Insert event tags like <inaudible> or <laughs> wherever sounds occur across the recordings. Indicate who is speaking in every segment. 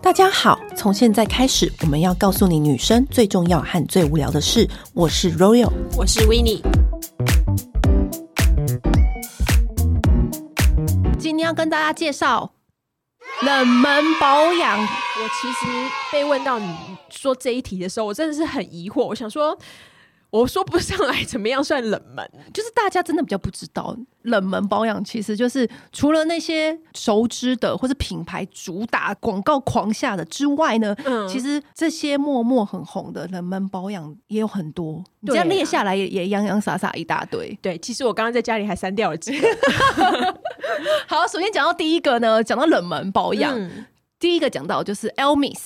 Speaker 1: 大家好，从现在开始，我们要告诉你女生最重要和最无聊的事。我是 Royal，
Speaker 2: 我是 w i n n i e
Speaker 1: 今天要跟大家介绍冷门保养。
Speaker 2: 我其实被问到你说这一题的时候，我真的是很疑惑。我想说，我说不上来怎么样算冷门？
Speaker 1: 就是大家真的比较不知道，冷门保养其实就是除了那些熟知的或是品牌主打广告狂下的之外呢，
Speaker 2: 嗯
Speaker 1: 其实这些默默很红的冷门保养也有很多，你这
Speaker 2: 对啊
Speaker 1: 样列下来也也洋洋洒洒一大堆。
Speaker 2: 对，其实我刚刚在家里还删掉了几个。
Speaker 1: 好，首先讲到第一个呢，讲到冷门保 <laughs> 养，
Speaker 2: 嗯
Speaker 1: 第一个讲到就是 Elmis，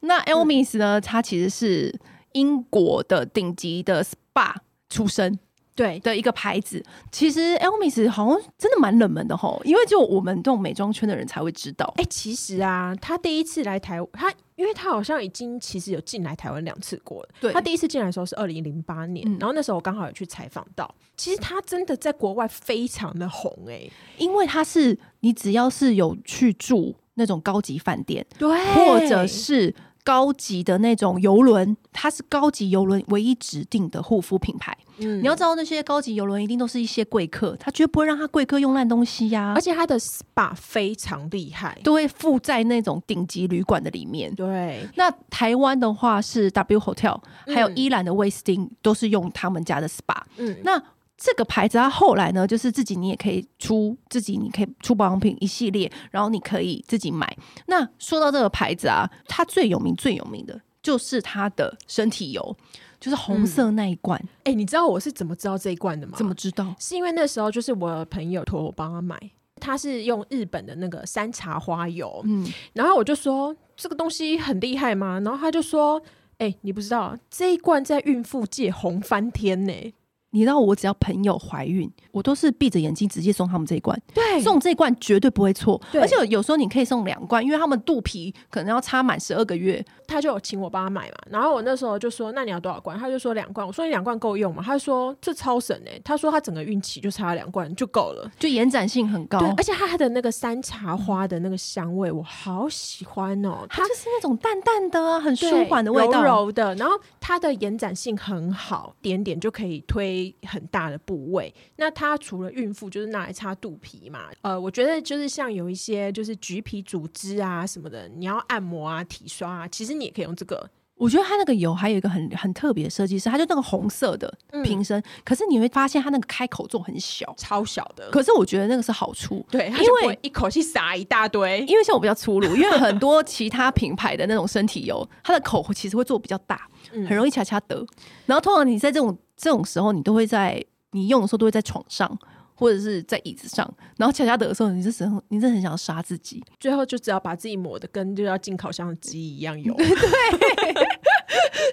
Speaker 1: 那 Elmis 呢，它其实是英国的顶级的 SPA 出身
Speaker 2: 对，
Speaker 1: 的一个牌子。其实 Elmis 好像真的蛮冷门的吼，因为就我们这种美妆圈的人才会知道。
Speaker 2: 哎、其实啊，他第一次来台，他因为他好像已经其实有进来台湾两次过了。
Speaker 1: 对
Speaker 2: 他第一次进来的时候是二零零八年，
Speaker 1: 嗯
Speaker 2: 然后那时候我刚好有去采访到，其实他真的在国外非常的红哎、
Speaker 1: 因为它是你只要是有去住那种高级饭店，
Speaker 2: 对
Speaker 1: 或者是高级的那种游轮，它是高级游轮唯一指定的护肤品牌。
Speaker 2: 你
Speaker 1: 你要知道，那些高级游轮一定都是一些贵客，他绝不会让他贵客用烂东西呀、
Speaker 2: 而且他的 SPA 非常厉害。
Speaker 1: 都会附在那种顶级旅馆的里面。
Speaker 2: 对，
Speaker 1: 那台湾的话是 W Hotel，
Speaker 2: 嗯
Speaker 1: 还有伊兰的威斯汀都是用他们家的 SPA。
Speaker 2: 嗯，
Speaker 1: 那这个牌子它后来呢，就是自己你也可以出自己，你可以出保养品一系列，然后你可以自己买。那说到这个牌子啊，它最有名最有名的就是它的身体油，就是红色那一罐，
Speaker 2: 哎、你知道我是怎么知道这一罐的吗？
Speaker 1: 怎么？知道？
Speaker 2: 是因为那时候就是我朋友托我帮他买，他是用日本的那个山茶花油，
Speaker 1: 嗯，
Speaker 2: 然后我就说这个东西很厉害吗？然后他就说。哎、你不知道这一罐在孕妇界红翻天呢、
Speaker 1: 你知道我只要朋友怀孕，我都是闭着眼睛直接送他们这一罐。
Speaker 2: 对
Speaker 1: 送这一罐绝对不会错，
Speaker 2: 哎对
Speaker 1: 而且有时候你可以送两罐，因为他们肚皮可能要差满十二个月。
Speaker 2: 他就有请我帮他买嘛，然后我那时候就说，那你要多少罐？他就说两罐。我说你两罐够用吗？他就说这超省哎、他说他整个孕期就差两罐就够了。
Speaker 1: 就延展性很高。哎
Speaker 2: 对，而且它的那个山茶花的那个香味，我好喜欢哦。
Speaker 1: 它
Speaker 2: 它
Speaker 1: 就是那种淡淡的啊、很
Speaker 2: 对
Speaker 1: 舒缓的味道。
Speaker 2: 柔柔的，然后它的延展性很好，点点就可以推很大的部位。那它除了孕妇，就是拿来擦肚皮嘛。呃，我觉得就是像有一些就是橘皮组织啊什么的，你要按摩啊、体刷啊，其实你也可以用这个。
Speaker 1: 我觉得它那个油还有一个很很特别的设计是，它就那个红色的
Speaker 2: 嗯
Speaker 1: 瓶身，可是你会发现它那个开口纵很小。
Speaker 2: 超小的，
Speaker 1: 可是我觉得那个是好处，
Speaker 2: 对，它
Speaker 1: 因
Speaker 2: 就不
Speaker 1: 为
Speaker 2: 会一口气撒一大堆。
Speaker 1: 因为像我比较粗鲁，因为很多其他品牌的那种身体油，它的口其实会做比较大，
Speaker 2: 嗯
Speaker 1: 很容易掐掐得。然后通常你在这种这种时候，你都会在你用的时候都会在床上或者是在椅子上，然后掐掐得的时候，你是很你真的很想要杀自己。 <laughs>
Speaker 2: 最后就只要把自己抹的跟就要进烤箱的鸡一
Speaker 1: <laughs>
Speaker 2: 样油。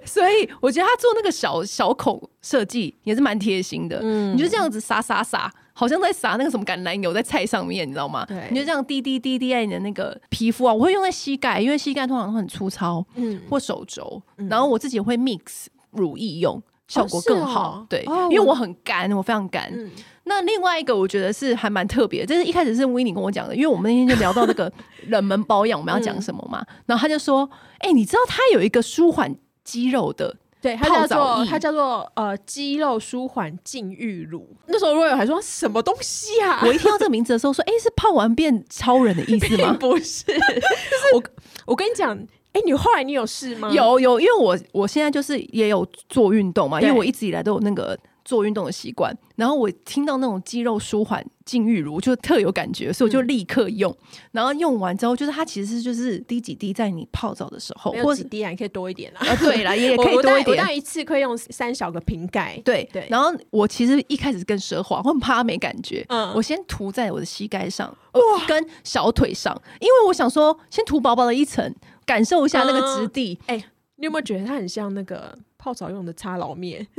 Speaker 1: 所以我觉得他做那个小小口设计也是蛮贴心的。
Speaker 2: <laughs> 嗯
Speaker 1: 你就这样子撒撒撒，好像在撒那个什么橄榄油在菜上面，你知道吗？
Speaker 2: 对
Speaker 1: 你就这样滴滴滴滴在你的那个皮肤啊，我会用在膝盖，因为膝盖通常都很粗糙，
Speaker 2: 嗯，
Speaker 1: 或手肘，然后我自己会 mix 乳液用。效果更好，
Speaker 2: 是哦
Speaker 1: 对，
Speaker 2: 哦
Speaker 1: 因为
Speaker 2: 我
Speaker 1: 我很干，我非常干。
Speaker 2: 嗯
Speaker 1: 那另外一个我觉得是还蛮特别，这是一开始是 w i n n 跟我讲的，因为我们那天就聊到那
Speaker 2: <laughs>
Speaker 1: 个冷门保养我们要
Speaker 2: 嗯
Speaker 1: 讲什么嘛，然后他就说，哎、你知道它有一个舒缓肌肉的
Speaker 2: 对，它
Speaker 1: 泡
Speaker 2: 叫
Speaker 1: 澡
Speaker 2: 做
Speaker 1: 液
Speaker 2: 它叫做呃肌肉舒缓净浴乳。那时候 Roy 还说什么东西啊？
Speaker 1: 我一听到这个名字的时候，说：“哎、是泡完变超人的意思
Speaker 2: 并
Speaker 1: 吗
Speaker 2: 不 <laughs> 是，我我跟你讲，哎、你后来你有试吗？？”，
Speaker 1: 有有，因为我我现在就是也有做运动嘛，因
Speaker 2: 对
Speaker 1: 为我一直以来都有那个做运动的习惯。然后我听到那种肌肉舒缓浸浴乳，就特有感觉，所以我就
Speaker 2: 嗯
Speaker 1: 立刻用。然后用完之后，就是它其实就是滴几滴在你泡澡的时候，
Speaker 2: 没
Speaker 1: 或
Speaker 2: 有几
Speaker 1: 是
Speaker 2: 滴啊，你可以多一点啊。
Speaker 1: 啊，对啦，也也可
Speaker 2: <laughs> 我
Speaker 1: 以
Speaker 2: 我大
Speaker 1: 多
Speaker 2: 概
Speaker 1: 一
Speaker 2: 我
Speaker 1: 点
Speaker 2: 大。概一次可以用三小个瓶盖。
Speaker 1: 对
Speaker 2: 对
Speaker 1: 然后我其实一开始更奢华，我很怕它没感觉。
Speaker 2: 嗯
Speaker 1: 我先涂在我的膝盖上，哇，跟小腿上，因为我想说先涂薄薄的一层，感受一下那个质地。
Speaker 2: 你有没有觉得它很像那个泡澡用的擦老面？ <laughs>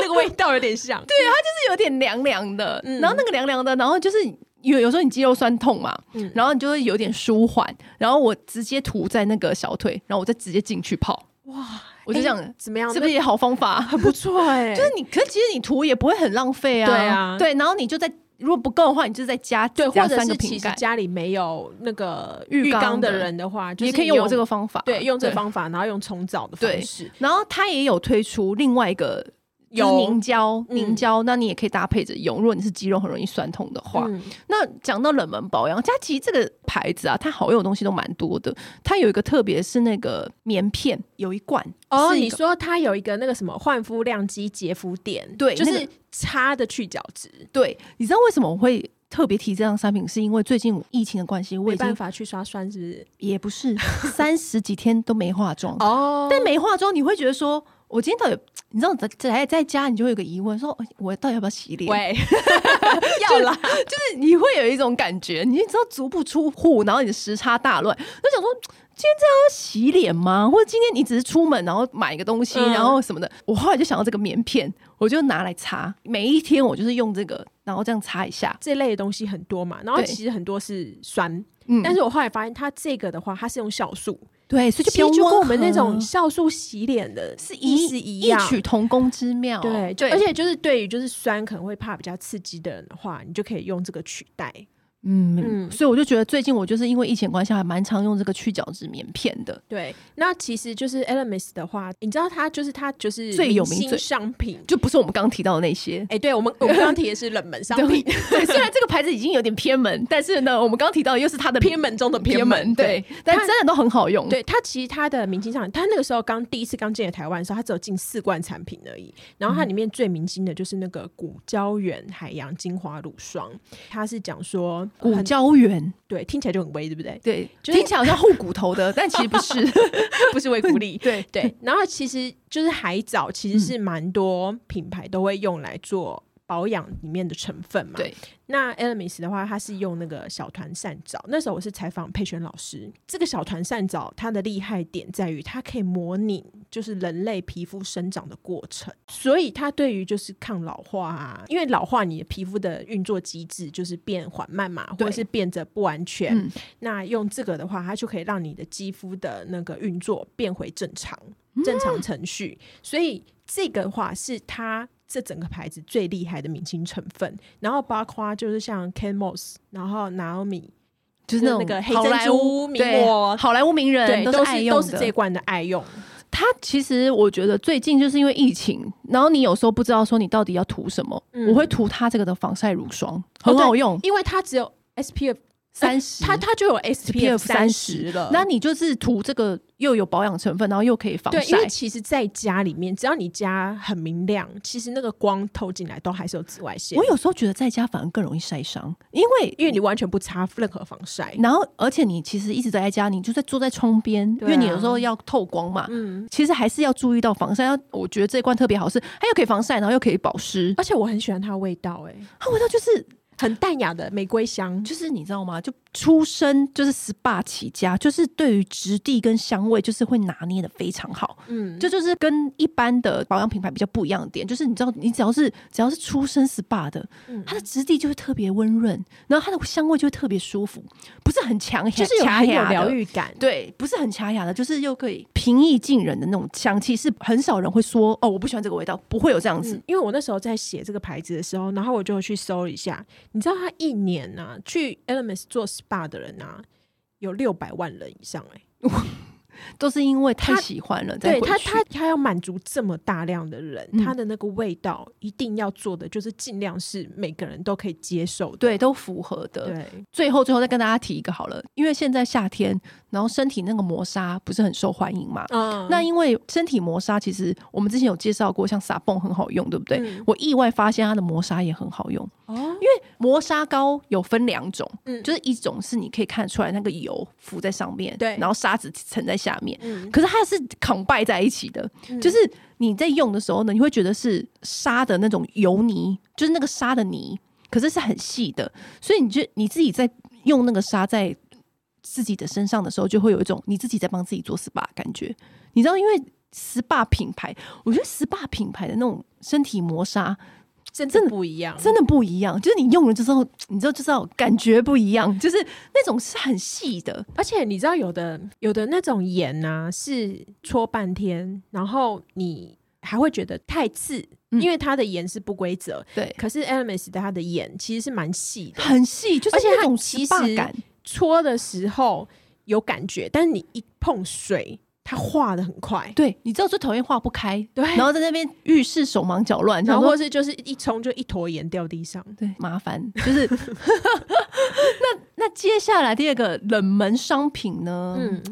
Speaker 2: 那个味道有点像。对，
Speaker 1: 是有点凉凉的，
Speaker 2: 嗯
Speaker 1: 然后那个凉凉的，然后就是有有时候你肌肉酸痛嘛，
Speaker 2: 嗯
Speaker 1: 然后你就会有点舒缓，然后我直接涂在那个小腿，然后我再直接进去泡，
Speaker 2: 哇，
Speaker 1: 我就这样，
Speaker 2: 怎么样？
Speaker 1: 是不是也好方法？ <laughs>
Speaker 2: 很不错哎、
Speaker 1: 就是你，可是其实你涂也不会很浪费啊，
Speaker 2: 对啊
Speaker 1: 对，然后你就在。如果不够的话，你就再加
Speaker 2: 对，
Speaker 1: 加
Speaker 2: 或者
Speaker 1: 三个
Speaker 2: 是其
Speaker 1: 瓶
Speaker 2: 实
Speaker 1: 盖。
Speaker 2: 家里没有那个
Speaker 1: 浴
Speaker 2: 浴
Speaker 1: 缸
Speaker 2: 缸的
Speaker 1: 的
Speaker 2: 人的话，就
Speaker 1: 也
Speaker 2: 是
Speaker 1: 可以用我这个方法，
Speaker 2: 对用这个方法，然后用冲澡的
Speaker 1: 对
Speaker 2: 方式。
Speaker 1: 然后它也有推出另外一个就是
Speaker 2: 有
Speaker 1: 凝胶，
Speaker 2: 嗯
Speaker 1: 凝胶，那你也可以搭配着用。如果你是肌肉很容易酸痛的话，
Speaker 2: 嗯
Speaker 1: 那讲到冷门保养，佳琦这个牌子啊，它好用的东西都蛮多的。它有一个特别是那个棉片，有一罐
Speaker 2: 哦，
Speaker 1: 是一
Speaker 2: 你
Speaker 1: 个
Speaker 2: 说它有一个那个什么焕肤亮肌洁肤垫，
Speaker 1: 对
Speaker 2: 就
Speaker 1: 那
Speaker 2: 是擦的去角质，
Speaker 1: 对，你知道为什么我会特别提这样商品？是因为最近疫情的关系，我
Speaker 2: 没
Speaker 1: 已
Speaker 2: 办
Speaker 1: 经
Speaker 2: 法去刷酸，是不是？
Speaker 1: 也不
Speaker 2: <laughs>
Speaker 1: 是三十几天都没化妆，
Speaker 2: 哦
Speaker 1: 但没化妆你会觉得说。我今天到底，你知道在在在家，你就会有个疑问，说哦我到底要不要洗脸？
Speaker 2: <laughs> 喂，要啦，
Speaker 1: 就是你会有一种感觉，你知道足不出户，然后你的时差大乱，就想说今天这样要洗脸吗？或者今天你只是出门然后买一个东西，
Speaker 2: 嗯
Speaker 1: 然后什么的。我后来就想到这个棉片，我就拿来擦，每一天我就是用这个，然后这样擦一下。
Speaker 2: 这类的东西很多嘛，然后
Speaker 1: 对
Speaker 2: 其实很多是酸，
Speaker 1: 嗯
Speaker 2: 但是我后来发现它这个的话，它是用酵素，
Speaker 1: 对，所以就
Speaker 2: 其实
Speaker 1: 比
Speaker 2: 就
Speaker 1: 较
Speaker 2: 跟
Speaker 1: 温
Speaker 2: 我们那种
Speaker 1: 和
Speaker 2: 酵素洗脸的
Speaker 1: 是
Speaker 2: 意
Speaker 1: 一哦
Speaker 2: 思一
Speaker 1: 异
Speaker 2: 样。
Speaker 1: 曲同工之妙。
Speaker 2: 对，就而且就是对于就是酸可能会怕比较刺激的人的话，你就可以用这个取代。
Speaker 1: 嗯，
Speaker 2: 嗯
Speaker 1: 所以我就觉得最近我就是因为疫情关系，还蛮常用这个去角质棉片的。
Speaker 2: 对，那其实就是 Elemis 的话，你知道它就是它就是
Speaker 1: 最有名
Speaker 2: 明星
Speaker 1: 最
Speaker 2: 商品。
Speaker 1: 就不是我们刚刚提到的那些，
Speaker 2: 哎、对我们我们刚刚提的是冷门商 <laughs> 品，
Speaker 1: 对，虽然这个牌子已经有点偏门，但是呢，我们刚刚提到又是它
Speaker 2: <laughs>
Speaker 1: 的
Speaker 2: 偏门中的
Speaker 1: 偏
Speaker 2: 偏
Speaker 1: 门，
Speaker 2: 门。
Speaker 1: 对，但真的都很好用。，
Speaker 2: 对它其实它的明星商品，它那个时候刚第一次刚进来台湾的时候，它只有进四罐产品而已。然后它里面最明星的就是那个骨胶原海洋精华乳霜，它是讲说
Speaker 1: 骨
Speaker 2: 很
Speaker 1: 胶原，？
Speaker 2: 对，听起来就很微，对不对
Speaker 1: 对，
Speaker 2: 就是
Speaker 1: 听起来好像护骨头的，但其实不是。
Speaker 2: <laughs> 不 <laughs> 是微鼓励。
Speaker 1: <laughs> 对，
Speaker 2: 对，然后其实就是海藻，其实是蛮多品牌都会用来做保养里面的成分嘛。
Speaker 1: 对，
Speaker 2: 那 Elemis 的话，它是用那个小团扇藻。那时候我是采访佩璇老师，这个小团扇藻它的厉害点在于它可以模拟就是人类皮肤生长的过程，所以它对于就是抗老化啊，因为老化你的皮肤的运作机制就是变缓慢嘛，或
Speaker 1: 对
Speaker 2: 者是变得不完全。
Speaker 1: 嗯
Speaker 2: 那用这个的话，它就可以让你的肌肤的那个运作变回正常，
Speaker 1: 嗯
Speaker 2: 正常程序。所以这个的话是它这整个牌子最厉害的明星成分，然后包括就是像 Ken Moss，然后 Naomi，
Speaker 1: 就是
Speaker 2: 那
Speaker 1: 那
Speaker 2: 个
Speaker 1: 种
Speaker 2: 黑
Speaker 1: 好莱
Speaker 2: 珍珠
Speaker 1: 坞
Speaker 2: 名
Speaker 1: 对
Speaker 2: 模
Speaker 1: 好莱坞名人
Speaker 2: 对，
Speaker 1: 是
Speaker 2: 都
Speaker 1: 爱
Speaker 2: 是
Speaker 1: 用
Speaker 2: 都是
Speaker 1: 的
Speaker 2: 这一。罐的爱用。
Speaker 1: 它其实我觉得最近就是因为疫情，然后你有时候不知道说你到底要涂什么，
Speaker 2: 嗯
Speaker 1: 我会涂它这个的防晒乳霜，
Speaker 2: 哦
Speaker 1: 很
Speaker 2: 对
Speaker 1: 好用，
Speaker 2: 因为它只有 SPF，
Speaker 1: 三十。
Speaker 2: 它它就有 SPF 三
Speaker 1: 30
Speaker 2: 十了。
Speaker 1: 那你就是涂这个又有保养成分，然后又可以防
Speaker 2: 对，因
Speaker 1: 晒
Speaker 2: 为，其实，在家里面，只要你家很明亮，其实那个光透进来都还是有紫外线
Speaker 1: 我。有时候觉得在家反而更容易晒伤，因为
Speaker 2: 因为你完全不擦任何防晒，
Speaker 1: 然后而且你其实一直都在家，你就在坐在窗边，因
Speaker 2: 对啊
Speaker 1: 为你有时候要透光嘛。
Speaker 2: 嗯，
Speaker 1: 其实还是要注意到防晒，要我觉得这一罐特别好是，它又可以防晒，然后又可以保湿，
Speaker 2: 而且我很喜欢它的味道、哎，
Speaker 1: 它味道就是
Speaker 2: 很淡雅的玫瑰香，
Speaker 1: 就是你知道吗？就出生就是 SPA 起家，就是对于质地跟香味就是会拿捏的非常好，
Speaker 2: 嗯，
Speaker 1: 这就是跟一般的保养品牌比较不一样的点，就是你知道，你只要是只要是出生 SPA 的，
Speaker 2: 嗯
Speaker 1: 它的质地就会特别温润，然后它的香味就会特别舒服，不是很强，
Speaker 2: 就是有
Speaker 1: 强
Speaker 2: 很有
Speaker 1: 压的
Speaker 2: 疗愈感，
Speaker 1: 对，不是很强雅的，就是又可以平易近人的那种香气，是很少人会说哦，我不喜欢这个味道，不会有这样子。
Speaker 2: 嗯因为我那时候在写这个牌子的时候，然后我就去搜了一下，你知道他一年呢、去 Elements 做 SPA 的人啊，有六百万人以上哎、
Speaker 1: 都是因为太
Speaker 2: 它
Speaker 1: 喜欢了，再
Speaker 2: 对
Speaker 1: 回
Speaker 2: 他
Speaker 1: 去
Speaker 2: 他他要满足这么大量的人，
Speaker 1: 嗯
Speaker 2: 他的那个味道一定要做的就是尽量是每个人都可以接受的，嗯
Speaker 1: 对都符合的。
Speaker 2: 对，
Speaker 1: 最后最后再跟大家提一个好了，因为现在夏天，然后身体那个磨砂不是很受欢迎嘛。
Speaker 2: 嗯
Speaker 1: 那因为身体磨砂，其实我们之前有介绍过，像撒泵很好用，对不对？
Speaker 2: 嗯
Speaker 1: 我意外发现它的磨砂也很好用，
Speaker 2: 哦，
Speaker 1: 磨砂膏有分两种，
Speaker 2: 嗯
Speaker 1: 就是一种是你可以看出来那个油浮在上面，
Speaker 2: 对
Speaker 1: 然后沙子沉在下面，
Speaker 2: 嗯
Speaker 1: 可是它是 combine 在一起的，就是你在用的时候呢，你会觉得是沙的那种油泥，就是那个沙的泥，可是是很细的，所以你就你自己在用那个沙在自己的身上的时候，就会有一种你自己在帮自己做 SPA 的感觉。你知道，因为 SPA 品牌，我觉得 SPA 品牌的那种身体磨砂
Speaker 2: 真
Speaker 1: 真
Speaker 2: 的
Speaker 1: 的
Speaker 2: 不一样，
Speaker 1: 真的不一样，就是你用了之后，你知道就知道感觉不一样，就是那种是很细的，
Speaker 2: 而且你知道，有的有的那种盐啊，是搓半天，然后你还会觉得太刺，
Speaker 1: 嗯
Speaker 2: 因为它的盐是不规则。
Speaker 1: 对，
Speaker 2: 可是 Elemis 的它的盐其实是蛮细 <laughs> 的，
Speaker 1: 很细，就是
Speaker 2: 而且
Speaker 1: 那
Speaker 2: 它
Speaker 1: 种
Speaker 2: 其
Speaker 1: SPA
Speaker 2: 实
Speaker 1: 感，
Speaker 2: 搓的时候有感觉，但是你一碰水，它化的很快。
Speaker 1: 对，你知道最讨厌化不开，
Speaker 2: 对，
Speaker 1: 然后在那边遇事手忙脚乱，
Speaker 2: 然
Speaker 1: 哎然
Speaker 2: 后
Speaker 1: 后
Speaker 2: 或是就是一冲就一坨盐掉地上。
Speaker 1: 对麻 <laughs> 烦，就是那那 <laughs> 接下来第二个冷门商品呢，
Speaker 2: 嗯，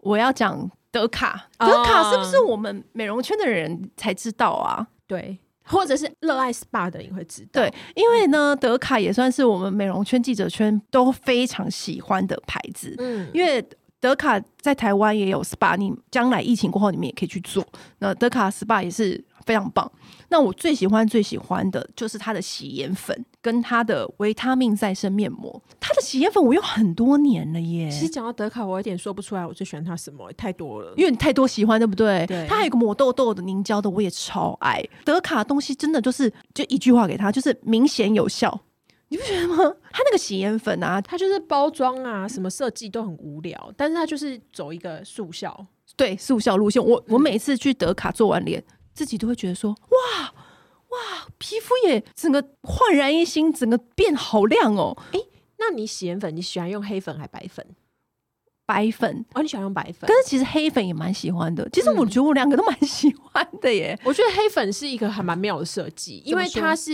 Speaker 1: 我要讲德卡，
Speaker 2: 哦
Speaker 1: 德卡是不是我们美容圈的人才知道啊？
Speaker 2: 对，或者是热爱 SPA 的你会知道。
Speaker 1: 对，因为呢，德卡也算是我们美容圈、记者圈都非常喜欢的牌子，
Speaker 2: 嗯，因
Speaker 1: 因
Speaker 2: 为
Speaker 1: 为。德卡在台湾也有 SPA，你将来疫情过后你们也可以去做。那德卡 SPA 也是非常棒。那我最喜欢最喜欢的就是它的洗颜粉跟它的维他命再生面膜。它的洗颜粉我用很多年了耶，
Speaker 2: 其实讲到德卡，我有点说不出来我最喜欢它什么，太多了。
Speaker 1: 因为你太多喜欢，对不对？
Speaker 2: 对
Speaker 1: 它还有个抹痘痘的凝胶的，我也超爱。德卡的东西真的就是，就一句话给他，就是明显有效，你不觉得吗？它那个洗颜粉啊，
Speaker 2: 它就是包装啊，什么设计都很无聊，但是它就是走一个速效。
Speaker 1: 对速效路线，我我
Speaker 2: 嗯
Speaker 1: 每次去德卡做完脸，自己都会觉得说，哇哇，皮肤也整个焕然一新，整个变好亮哦。
Speaker 2: 那你洗颜粉，你喜欢用黑粉还白粉？
Speaker 1: 白粉，
Speaker 2: 哦，你喜欢用白粉
Speaker 1: 可？是其实黑粉也蛮喜欢的。其实我
Speaker 2: 嗯
Speaker 1: 觉得我两个都蛮 <laughs> 喜欢的耶。
Speaker 2: 我觉得黑粉是一个还蛮妙的设计，因为
Speaker 1: 怎么说
Speaker 2: 它是，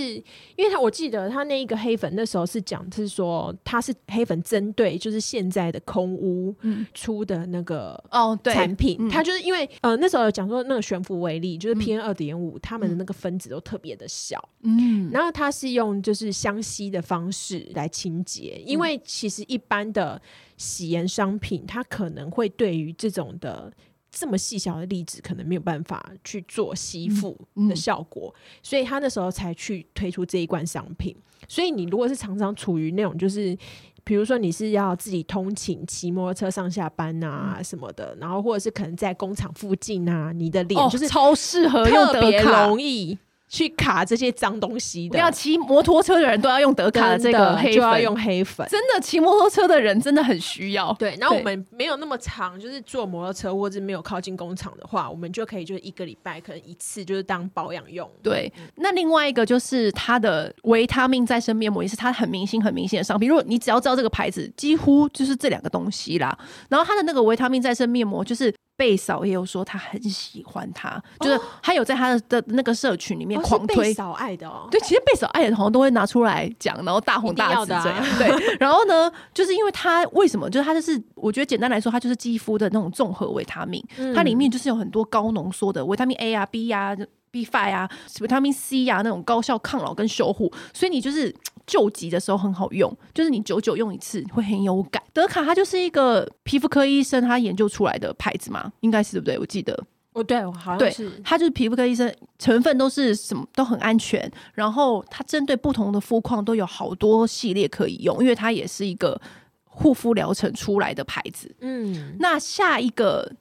Speaker 2: 因为它我记得它那一个黑粉那时候是讲是说它是黑粉针对就是现在的空屋
Speaker 1: 嗯，
Speaker 2: 出的那个
Speaker 1: 哦对，
Speaker 2: 产品，
Speaker 1: 嗯
Speaker 2: 它就是因为呃那时候有讲说那个悬浮微粒就是
Speaker 1: 嗯
Speaker 2: PM 二点五，它们的那个分子都特别的小，
Speaker 1: 嗯，
Speaker 2: 然后它是用就是相吸的方式来清洁，
Speaker 1: 嗯
Speaker 2: 因为其实一般的洗颜商品，它可能会对于这种的这么细小的粒子，可能没有办法去做吸附
Speaker 1: 嗯嗯
Speaker 2: 的效果，所以他那时候才去推出这一罐商品。所以你如果是常常处于那种就是。比如说你是要自己通勤、骑摩托车上下班
Speaker 1: 嗯
Speaker 2: 啊什么的，然后或者是可能在工厂附近啊，你的脸
Speaker 1: 哦
Speaker 2: 就是
Speaker 1: 超适合用
Speaker 2: 特
Speaker 1: 德
Speaker 2: 别
Speaker 1: 卡。
Speaker 2: 容易去卡这些脏东西
Speaker 1: 不
Speaker 2: 的。
Speaker 1: 要骑摩托车的人都要用德卡的这个黑
Speaker 2: 就要
Speaker 1: 粉，
Speaker 2: 用黑粉。
Speaker 1: 真的骑摩托车的人真的很需要。
Speaker 2: 对，然后
Speaker 1: 对
Speaker 2: 我们没有那么长，就是坐摩托车或者没有靠近工厂的话，我们就可以就是一个礼拜可能一次，就是当保养用。
Speaker 1: 对，那另外一个就是它的维他命再生面膜，也是它很明星、很明显的商品。如果你只要知道这个牌子，几乎就是这两个东西啦。然后它的那个维他命再生面膜，就是贝嫂也有说她很喜欢它，就是她有在她的那个社群里面
Speaker 2: 哦是
Speaker 1: 狂推
Speaker 2: 被少爱的哦，
Speaker 1: 对，其实贝嫂爱的好像都会拿出来讲，然后大红大紫
Speaker 2: <laughs>
Speaker 1: 这样。
Speaker 2: 啊
Speaker 1: 对，然后呢，就是因为它为什么？就是它就是，我觉得简单来说，它就是肌肤的那种综合维他命，
Speaker 2: 嗯
Speaker 1: 它里面就是有很多高浓缩的维他命 A 啊、B 啊、B five 啊、维他命 C 啊那种高效抗老跟修护，所以你就是救急的时候很好用，就是你久久用一次会很有感。德卡它就是一个皮肤科医生他研究出来的牌子嘛，应该是对不对？我记得。
Speaker 2: 哦对，我好
Speaker 1: 对
Speaker 2: 像是
Speaker 1: 它就是皮肤科医生，成分都是什么都很安全，然后它针对不同的肤况都有好多系列可以用，因为它也是一个护肤疗程出来的牌子。
Speaker 2: 嗯，
Speaker 1: 那下一个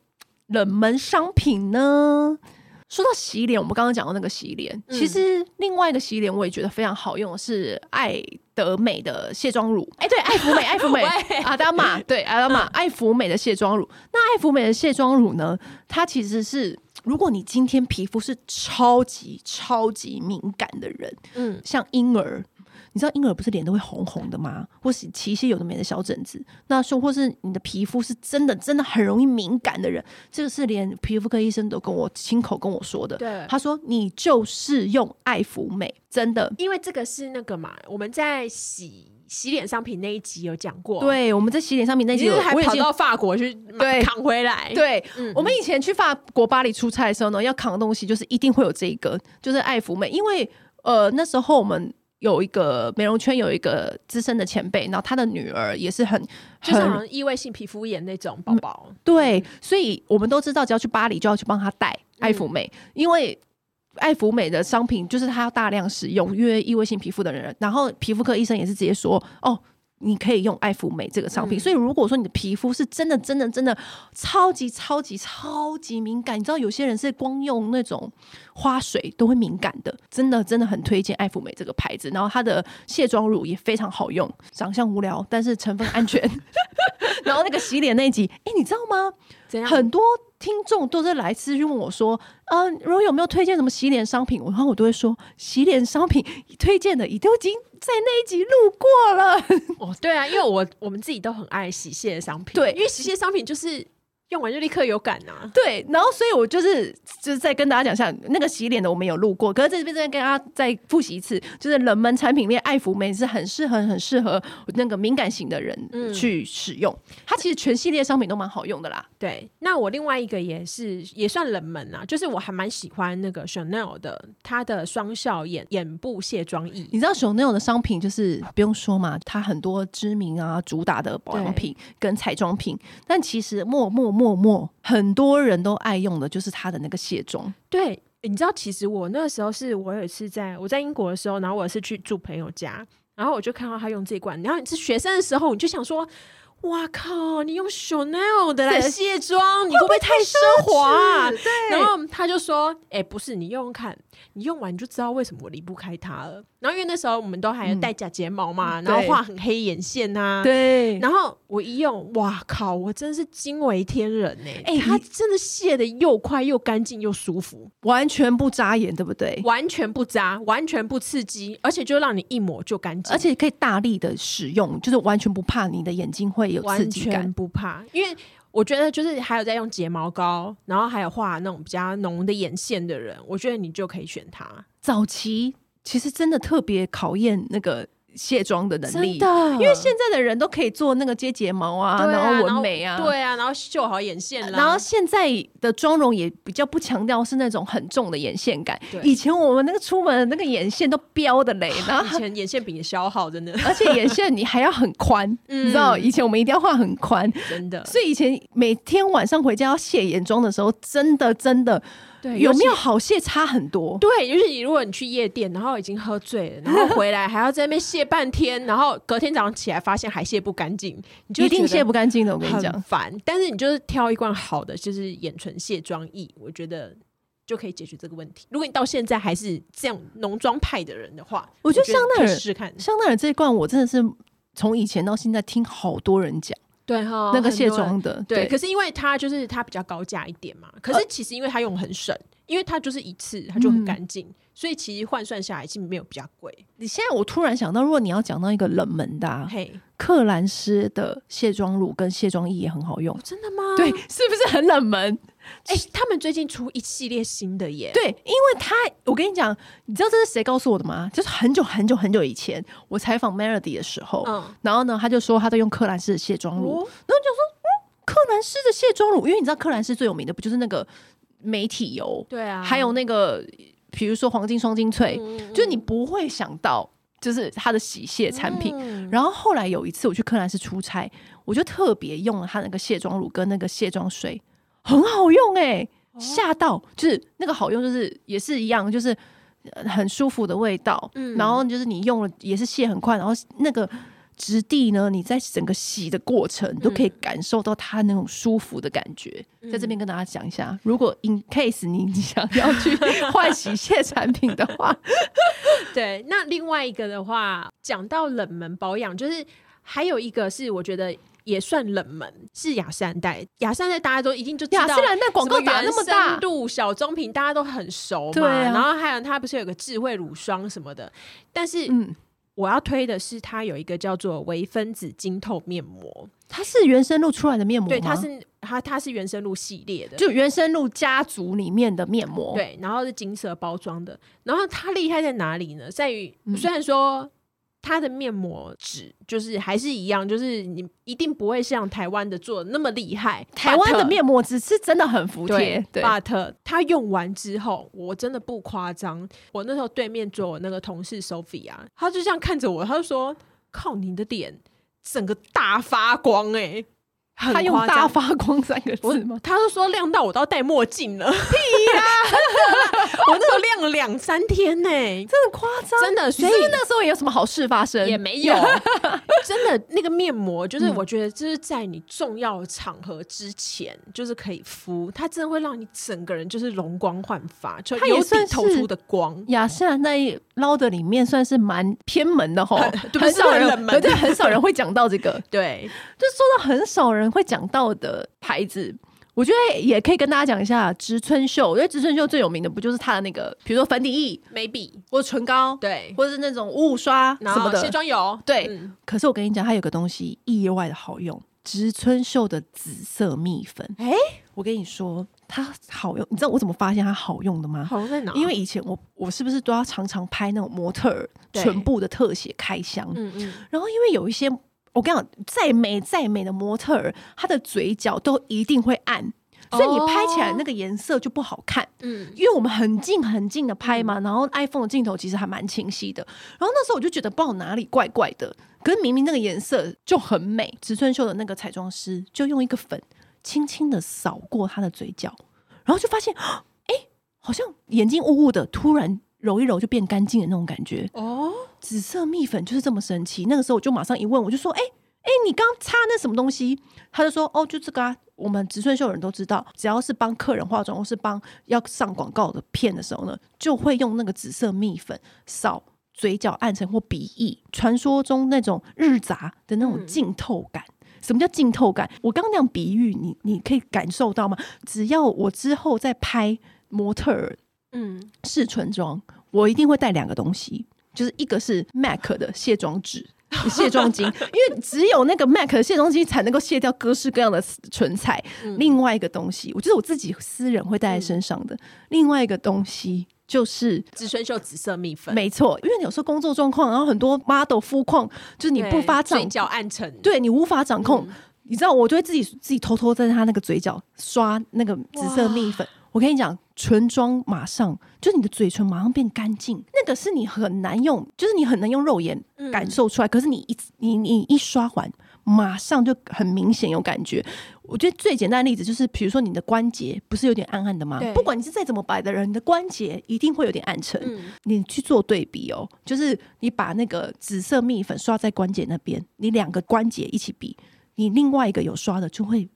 Speaker 1: 冷门商品呢？说到洗脸，我们刚刚讲到那个洗脸，
Speaker 2: 嗯
Speaker 1: 其实另外一个洗脸我也觉得非常好用，是爱德美的卸妆乳。哎、对，爱芙
Speaker 2: <laughs>
Speaker 1: 美，爱芙美，
Speaker 2: 喂嗯
Speaker 1: 阿达玛，对，阿达玛，爱芙美的卸妆乳。那爱芙美的卸妆乳呢？它其实是，如果你今天皮肤是超级超级敏感的人，
Speaker 2: 嗯，
Speaker 1: 像婴儿，你知道婴儿不是脸都会红红的吗？或是起一些有的没的小疹子，那说或是你的皮肤是真的真的很容易敏感的人，这个是连皮肤科医生都跟我亲口跟我说的。
Speaker 2: 对。
Speaker 1: 他说你就是用爱芙美，真的。
Speaker 2: 因为这个是那个嘛，我们在洗洗脸商品那一集有讲过，，
Speaker 1: 对，我们在洗脸上面那
Speaker 2: 你
Speaker 1: 集
Speaker 2: 是
Speaker 1: 有
Speaker 2: 不是还
Speaker 1: 我已
Speaker 2: 跑
Speaker 1: 经
Speaker 2: 到法国去买
Speaker 1: 对
Speaker 2: 扛回来，，
Speaker 1: 对，
Speaker 2: 嗯
Speaker 1: 我们以前去法国巴黎出差的时候呢，要扛的东西就是一定会有这一个，就是爱芙美，因为呃那时候我们。有一个美容圈有一个资深的前辈，然后他的女儿也是很
Speaker 2: 就是
Speaker 1: 很嗯
Speaker 2: 好像异位性皮肤炎那种宝宝，
Speaker 1: 对，所以我们都知道，只要去巴黎就要去帮他带爱芙美，因为爱芙美的商品就是它要大量使用，因为异位性皮肤的人，然后皮肤科医生也是直接说，哦。你可以用爱芙美这个商品，
Speaker 2: 嗯
Speaker 1: 所以如果说你的皮肤是真的、真的、真的超级、超级、超级敏感，你知道有些人是光用那种花水都会敏感的，真的、真的很推荐爱芙美这个牌子。然后它的卸妆乳也非常好用，长相无聊，但是成分安全。然后那个洗脸那一集，哎、你知道吗？
Speaker 2: 怎样？
Speaker 1: 很多听众都是来私讯问我说，嗯、呃，如有没有推荐什么洗脸商品？然后我都会说，洗脸商品推荐的也都已经在那一集录过了。 <laughs>
Speaker 2: 哦，对啊，因为我我们自己都很爱洗卸的商品，
Speaker 1: 对
Speaker 2: 因为洗卸商品就是用完就立刻有感呐、啊。
Speaker 1: 对，然后所以我就是就是在跟大家讲一下，那个洗脸的我们有录过，可是这边再跟大家再复习一次，就是冷门产品类爱芙美是很适合很适合那个敏感型的人
Speaker 2: 嗯
Speaker 1: 去使用，它其实全系列商品都蛮好用的啦。
Speaker 2: 对，那我另外一个也是也算冷门啊，就是我还蛮喜欢那个 Chanel 的它的双效眼眼部卸妆液。
Speaker 1: 你知道 Chanel 的商品就是不用说嘛，它很多知名啊主打的保养品跟彩妆品，但其实默默默默很多人都爱用的就是它的那个卸妆，
Speaker 2: 对，你知道，其实我那时候是我有一次在我在英国的时候，然后我是去住朋友家，然后我就看到他用这一罐，然后你是学生的时候，你就想说。哇靠！你用 Chanel 的来
Speaker 1: 对
Speaker 2: 卸妆，你会不会太奢华啊、
Speaker 1: 对
Speaker 2: 然后他就说：“哎、不是，你用用看，你用完你就知道为什么我离不开它了。”然后因为那时候我们都还有戴假睫毛嘛，
Speaker 1: 嗯
Speaker 2: 然后
Speaker 1: 对
Speaker 2: 画很黑眼线呐、
Speaker 1: 对。
Speaker 2: 然后我一用，哇靠！我真是惊为天人呢、哎、
Speaker 1: 哎
Speaker 2: 它
Speaker 1: 你
Speaker 2: 真的卸的又快又干净又舒服，
Speaker 1: 完全不扎眼，对不对？
Speaker 2: 完全不扎，完全不刺激，而且就让你一抹就干净，
Speaker 1: 而且可以大力的使用，就是完全不怕你的眼睛会有刺
Speaker 2: 完
Speaker 1: 激感
Speaker 2: 全。不怕，因为。我觉得就是还有在用睫毛膏，然后还有画那种比较浓的眼线的人，我觉得你就可以选它。
Speaker 1: 早期其实真的特别考验那个卸妆的能力，
Speaker 2: 的
Speaker 1: 因为现在的人都可以做那个接睫毛啊，
Speaker 2: 对啊
Speaker 1: 然后纹眉啊，
Speaker 2: 对啊，然后绣好眼线啦，
Speaker 1: 然后现在的妆容也比较不强调是那种很重的眼线感
Speaker 2: 对。
Speaker 1: 以前我们那个出门的那个眼线都标的嘞， <laughs> 然
Speaker 2: 以
Speaker 1: 后
Speaker 2: 前眼线笔也消耗，真的，
Speaker 1: <laughs> 而且眼线你还要很宽，
Speaker 2: 嗯
Speaker 1: 你知道以前我们一定要画很宽，
Speaker 2: 真的。
Speaker 1: 所以以前每天晚上回家要卸眼妆的时候，真的真的
Speaker 2: <laughs> 对
Speaker 1: 有没有？好卸差很多。
Speaker 2: 对，就是你如果你去夜店，然后已经喝醉了，然后回来还要在那边卸半天，然后隔天早上起来发现还卸不干净，你就
Speaker 1: 一定卸
Speaker 2: 不
Speaker 1: 不干净的，我
Speaker 2: 我
Speaker 1: 跟你讲。
Speaker 2: 烦。但是你就是挑一罐好的，就是眼唇卸妆液，我觉得。就可以解决这个问题。如果你到现在还是这样浓妆派的人的话，
Speaker 1: 我觉得香
Speaker 2: 你
Speaker 1: 奈
Speaker 2: 可以
Speaker 1: 儿
Speaker 2: 试试看，
Speaker 1: 香奈儿这一罐，我真的是从以前到现在听好多人讲
Speaker 2: 对哈
Speaker 1: 那个卸妆的，
Speaker 2: 对，呃可是因为它就是它比较高价一点嘛，可是其实因为它用很省，因为它就是一次，它就很干净，所以其实换算下来并没有比较贵。
Speaker 1: 你现在我突然想到，如果你要讲到一个冷门的、啊，
Speaker 2: 嘿，
Speaker 1: 克兰诗的卸妆乳跟卸妆液也很好用
Speaker 2: 哦，，真的吗？
Speaker 1: 对，，是不是很冷
Speaker 2: <laughs>
Speaker 1: 门？
Speaker 2: 哎、他们最近出一系列新的耶，
Speaker 1: 对，因为它，我跟你讲，你知道这是谁告诉我的吗？就是很久很久很久以前，我采访 Melody 的时候，
Speaker 2: 嗯，
Speaker 1: 然后呢，他就说他在用克兰诗的卸妆乳，
Speaker 2: 哦，
Speaker 1: 克兰诗的卸妆乳，因为你知道克兰诗最有名的不就是那个美体油，
Speaker 2: 对啊，
Speaker 1: 还有那个比如说黄金双精粹，
Speaker 2: 嗯，嗯
Speaker 1: 就是你不会想到就是它的洗卸产品。，
Speaker 2: 嗯
Speaker 1: 然后后来有一次我去柯南市出差，我就特别用了它那个卸妆乳跟那个卸妆水，很好用哎、
Speaker 2: 哦
Speaker 1: 吓到！就是那个好用，就是也是一样，就是呃很舒服的味道。
Speaker 2: 嗯
Speaker 1: 然后就是你用了也是卸很快，然后那个质地呢，你在整个洗的过程都可以感受到它那种舒服的感觉。
Speaker 2: 嗯
Speaker 1: 在这边跟大家讲一下，如果 in case 你想要去 <laughs> 换洗卸产品的话，
Speaker 2: 对，那另外一个的话，讲到冷门保养，就是还有一个是我觉得也算冷门，是雅诗兰黛。雅诗兰黛大家都一定 <laughs> 就知道
Speaker 1: 雅诗兰黛广告
Speaker 2: 什么
Speaker 1: 打那么
Speaker 2: 原
Speaker 1: 大
Speaker 2: 生，度小棕瓶大家都很熟嘛。
Speaker 1: 对啊
Speaker 2: 然后还有它不是有个智慧乳霜什么的，但是
Speaker 1: 嗯，
Speaker 2: 我要推的是它有一个叫做微分子晶透面膜，
Speaker 1: 它是原生露出来的面膜吗，
Speaker 2: 对，它是它它是原生露系列的。
Speaker 1: 就原生露家族里面的面膜，，
Speaker 2: 对，然后是金色包装的。然后它厉害在哪里呢？在于
Speaker 1: 嗯
Speaker 2: 虽然说它的面膜纸就是还是一样，就是你一定不会像台湾的做的那么厉害。
Speaker 1: 台湾的
Speaker 2: but-
Speaker 1: 面膜只是真的很服帖
Speaker 2: 对，
Speaker 1: 对，
Speaker 2: ，but 它用完之后，我真的不夸张。我那时候对面坐我那个同事 Sophie 啊，她就这样看着我，她就说：“靠，你的脸整个大发光哎、欸！”很
Speaker 1: 他用“
Speaker 2: 夸
Speaker 1: 大
Speaker 2: 张
Speaker 1: 发光”三个
Speaker 2: 我
Speaker 1: 字吗？
Speaker 2: 他就说亮到我都要戴墨镜了，屁呀、 <laughs> 我那时候亮了两三天欸呢、
Speaker 1: 真的夸张，
Speaker 2: 真的，
Speaker 1: 你
Speaker 2: 所
Speaker 1: 是不是
Speaker 2: 以
Speaker 1: 那时候也有什么好事发生？
Speaker 2: 也没有 <laughs> 真的那个面膜，就是
Speaker 1: 嗯
Speaker 2: 我觉得就是在你重要场合之前，就是可以敷，它真的会让你整个人就是容光焕发，就
Speaker 1: 它也
Speaker 2: 由底
Speaker 1: 算
Speaker 2: 透
Speaker 1: 是
Speaker 2: 出的光。
Speaker 1: 雅诗兰黛捞的里面算是蛮偏门的吼，
Speaker 2: <laughs> 对
Speaker 1: 很少
Speaker 2: 不是
Speaker 1: 人
Speaker 2: 很冷门
Speaker 1: 对，很少人会讲到这个，
Speaker 2: 对，
Speaker 1: 就说到很少人会讲到的牌子。我觉得也可以跟大家讲一下植村秀，因为植村秀最有名的不就是它的那个，比如说粉底液
Speaker 2: ，maybe
Speaker 1: 或者唇膏，
Speaker 2: 对，
Speaker 1: 或者是那种雾刷
Speaker 2: 然
Speaker 1: 什么
Speaker 2: 后
Speaker 1: 的
Speaker 2: 卸。妆油，
Speaker 1: 对
Speaker 2: 嗯
Speaker 1: 可是我跟你讲，它有个东西意外的好用，植村秀的紫色蜜粉。
Speaker 2: 哎
Speaker 1: 我跟你说，它好用，你知道我怎么发现它好用的吗？
Speaker 2: 好在哪？
Speaker 1: 因为以前我我是不是都要常常拍那种模特儿
Speaker 2: 对
Speaker 1: 唇部的特写开箱？
Speaker 2: 嗯嗯，
Speaker 1: 然后因为有一些，我跟你讲，再美再美的模特儿，她的嘴角都一定会暗，所以你拍起
Speaker 2: 哦
Speaker 1: 来那个颜色就不好看。
Speaker 2: 嗯，
Speaker 1: 因为我们很近很近的拍嘛，然后 iPhone 的镜头其实还蛮清晰的。然后那时候我就觉得不知道哪里怪怪的，可是明明那个颜色就很美。植村秀的那个彩妆师就用一个粉轻轻的扫过她的嘴角，然后就发现，哎、好像眼睛雾雾的，突然揉一揉就变干净的那种感觉。
Speaker 2: 哦，
Speaker 1: 紫色蜜粉就是这么神奇。那个时候我就马上一问，我就说：“哎、哎、你刚擦那什么东西？”他就说：“哦，就这个啊。”我们植村秀的人都知道，只要是帮客人化妆或是帮要上广告的片的时候呢，就会用那个紫色蜜粉扫嘴角暗沉或鼻翼。传说中那种日杂的那种
Speaker 2: 嗯
Speaker 1: 浸透感。什么叫浸透感？我刚刚那样比喻，你你可以感受到吗？只要我之后再拍模特儿
Speaker 2: 嗯，
Speaker 1: 试唇妆，我一定会带两个东西，就是一个是 MAC 的卸妆纸。卸妆巾，因为只有那个 MAC 的卸妆巾才能够卸掉各式各样的唇彩。
Speaker 2: 嗯
Speaker 1: 另外一个东西，我觉得我自己私人会带在身上的、另外一个东西就是，
Speaker 2: 植村秀紫色蜜粉，
Speaker 1: 没错，因为有时候工作状况，然后很多 model 肤况，就是你不
Speaker 2: 对
Speaker 1: 发掌
Speaker 2: 嘴角暗沉，
Speaker 1: 对你无法掌控。你知道，我就会自己自己偷偷在他那个嘴角刷那个紫色蜜粉。我跟你讲，唇妆马上就是你的嘴唇马上变干净，那个是你很难用，就是你很难用肉眼
Speaker 2: 嗯
Speaker 1: 感受出来。可是你一你你一刷完，马上就很明显有感觉。我觉得最简单的例子就是，比如说你的关节不是有点暗暗的吗
Speaker 2: 对？
Speaker 1: 啊不管你是再怎么白的人，你的关节一定会有点暗沉。
Speaker 2: 嗯，
Speaker 1: 你去做对比哦，就是你把那个紫色蜜粉刷在关节那边，你两个关节一起比，你另外一个有刷的就会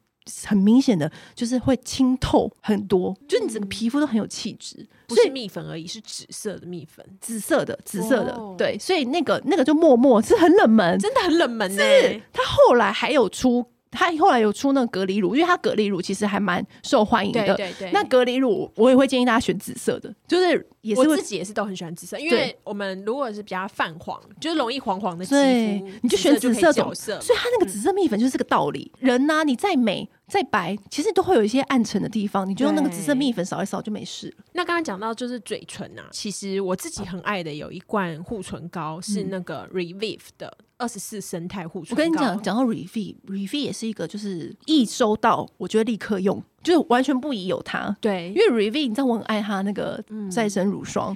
Speaker 1: 很明显的，就是会清透很多，就是你整个皮肤都很有气质，
Speaker 2: 不
Speaker 1: 所
Speaker 2: 是
Speaker 1: 以。
Speaker 2: 蜜粉而已，是紫色的蜜粉，
Speaker 1: 紫色的，紫色的，
Speaker 2: 哦
Speaker 1: 对，所以那个那个就默默是很冷门，
Speaker 2: 真的很冷门欸呢。
Speaker 1: 是他后来还有出，他后来有出那个隔离乳，因为他隔离乳其实还蛮受欢迎的。
Speaker 2: 对对对，
Speaker 1: 那隔离乳我也会建议大家选紫色的，就是也是
Speaker 2: 我
Speaker 1: 会
Speaker 2: 自己也是都很喜欢紫色，因
Speaker 1: 对
Speaker 2: 为我们如果是比较泛黄，就是容易黄黄的肌
Speaker 1: 对
Speaker 2: 肤，
Speaker 1: 你就选紫
Speaker 2: 紫
Speaker 1: 色
Speaker 2: 色
Speaker 1: 懂
Speaker 2: 角色。
Speaker 1: 所以它那个紫色蜜粉就是这个道理。人呐、你再美再白，其实都会有一些暗沉的地方，你就用那个紫色蜜粉扫一扫就没事了。
Speaker 2: 那刚刚讲到就是嘴唇啊，其实我自己很爱的有一罐护唇膏是那个 Revive 的二十四生态护唇
Speaker 1: 嗯我
Speaker 2: 膏。
Speaker 1: 跟你讲，，讲到 Refi，Refi 也是一个，就是一收到我就会立刻用，就是完全不疑有它。因
Speaker 2: 对，
Speaker 1: 为 Revi，你知道我很爱它那个
Speaker 2: 嗯
Speaker 1: 再生乳霜、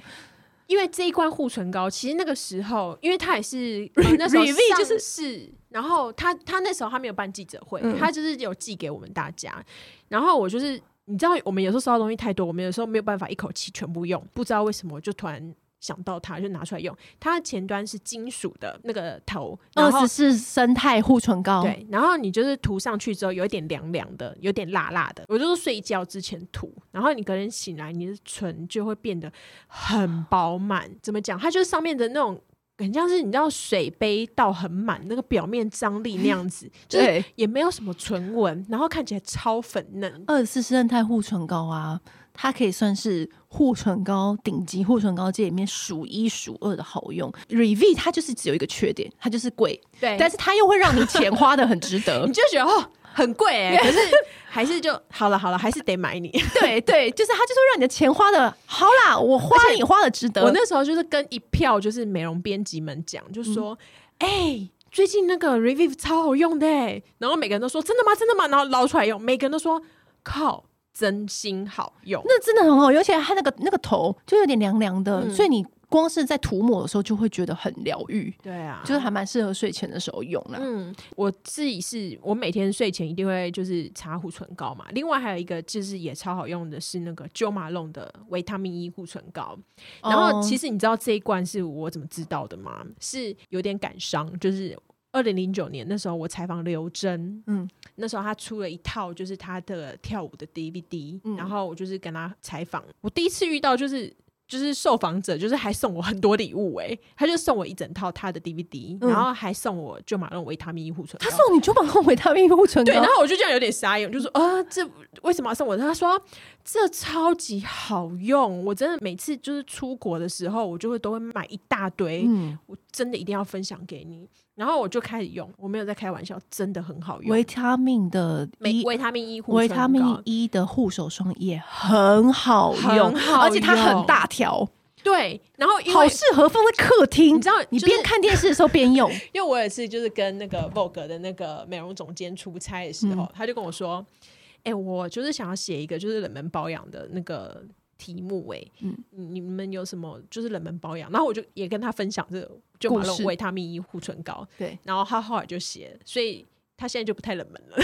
Speaker 2: 因为这一罐护唇膏，其实那个时候，因为它也是、呃、那时候
Speaker 1: Revive 就是
Speaker 2: 上市，然后他他那时候他没有办记者会，
Speaker 1: 嗯
Speaker 2: 他就是有寄给我们大家，然后我就是。你知道，我们有时候收到东西太多，我们有时候没有办法一口气全部用，不知道为什么就突然想到它，就拿出来用。它前端是金属的那个头，然后
Speaker 1: 二十四生态护唇膏，
Speaker 2: 对，然后你就是涂上去之后，有一点凉凉的，有点辣辣的。我就是睡觉之前涂，然后你隔天醒来，你的唇就会变得很饱满。怎么讲？它就是上面的那种，很像是你知道水杯倒很满，那个表面张力那样子，就是
Speaker 1: 对，
Speaker 2: 也没有什么唇纹，然后看起来超粉嫩。
Speaker 1: 二十四生态护唇膏啊，它可以算是护唇膏顶级护唇膏界里面数一数二的好用。Revi 它就是只有一个缺点，它就是贵，
Speaker 2: 对
Speaker 1: 但是它又会让你钱花的很值得
Speaker 2: 你。就觉得哦。很贵哎、可是还是就好了好了，还是得买你。
Speaker 1: <laughs> 对对，就是它就是会让你的钱花的好啦，我花你花的值得。
Speaker 2: 我那时候就是跟一票就是美容编辑们讲，
Speaker 1: 嗯
Speaker 2: 就说：“哎、最近那个 Revive 超好用的、欸。”然后每个人都说：“真的吗？真的吗？”然后捞出来用，每个人都说：“靠，真心好用。
Speaker 1: 那真的很好用，而且它那个那个头就有点凉凉的，
Speaker 2: 嗯
Speaker 1: 所以你光是在涂抹的时候就会觉得很疗愈，”
Speaker 2: 对啊，
Speaker 1: 就是还蛮适合睡前的时候用啦。
Speaker 2: 嗯，我自己是我每天睡前一定会就是擦护唇膏嘛，另外还有一个就是也超好用的是那个 Jo Malone 的维他命 E 护唇膏，然后其
Speaker 1: 实
Speaker 2: 实你知道这一罐是我怎么知道的吗？是有点感伤，就是二零零九年那时候我采访刘真，
Speaker 1: 嗯
Speaker 2: 嗯，那时候他出了一套就是他的跳舞的 DVD，、
Speaker 1: 嗯
Speaker 2: 然后我就是跟他采访，我第一次遇到就是就是受访者就是还送我很多礼物哎、他就送我一整套他的 DVD，、
Speaker 1: 嗯
Speaker 2: 然后还送我就马龙维他命 E 护唇膏
Speaker 1: 他送你九版后维他命护唇 <laughs> 膏，
Speaker 2: 对，然后我就这样有点傻眼，我就说啊，这为什么要送我？他说啊这超级好用，我真的每次就是出国的时候，我就会都会买一大堆，
Speaker 1: 嗯，
Speaker 2: 我真的一定要分享给你。然后我就开始用，我没有在开玩笑，真的很好用
Speaker 1: 维。他命的
Speaker 2: 维
Speaker 1: 一
Speaker 2: 维他命 E 护
Speaker 1: 维
Speaker 2: 唇
Speaker 1: 他命
Speaker 2: 膏
Speaker 1: E 的护手霜也很好用，
Speaker 2: 很好
Speaker 1: 而且它
Speaker 2: 用
Speaker 1: 很大条，
Speaker 2: 对，然后因
Speaker 1: 好
Speaker 2: 为
Speaker 1: 适合放在客厅。
Speaker 2: 你知道
Speaker 1: 你
Speaker 2: 就是
Speaker 1: 边看电视的时候边用，
Speaker 2: 因为我也是就是跟那个 Vogue 的那个美容总监出差的时
Speaker 1: 嗯
Speaker 2: 候，他就跟我说：“哎、我就是想要写一个就是冷门保养的那个题目、哎，
Speaker 1: 嗯
Speaker 2: 你你们有什么就是冷门保养？”然后我就也跟他分享这个，就买
Speaker 1: 故
Speaker 2: 了
Speaker 1: 事
Speaker 2: 维他命 E 护唇膏，
Speaker 1: <laughs> 对，
Speaker 2: 然后他后来就写，所以他现在就不太冷门了。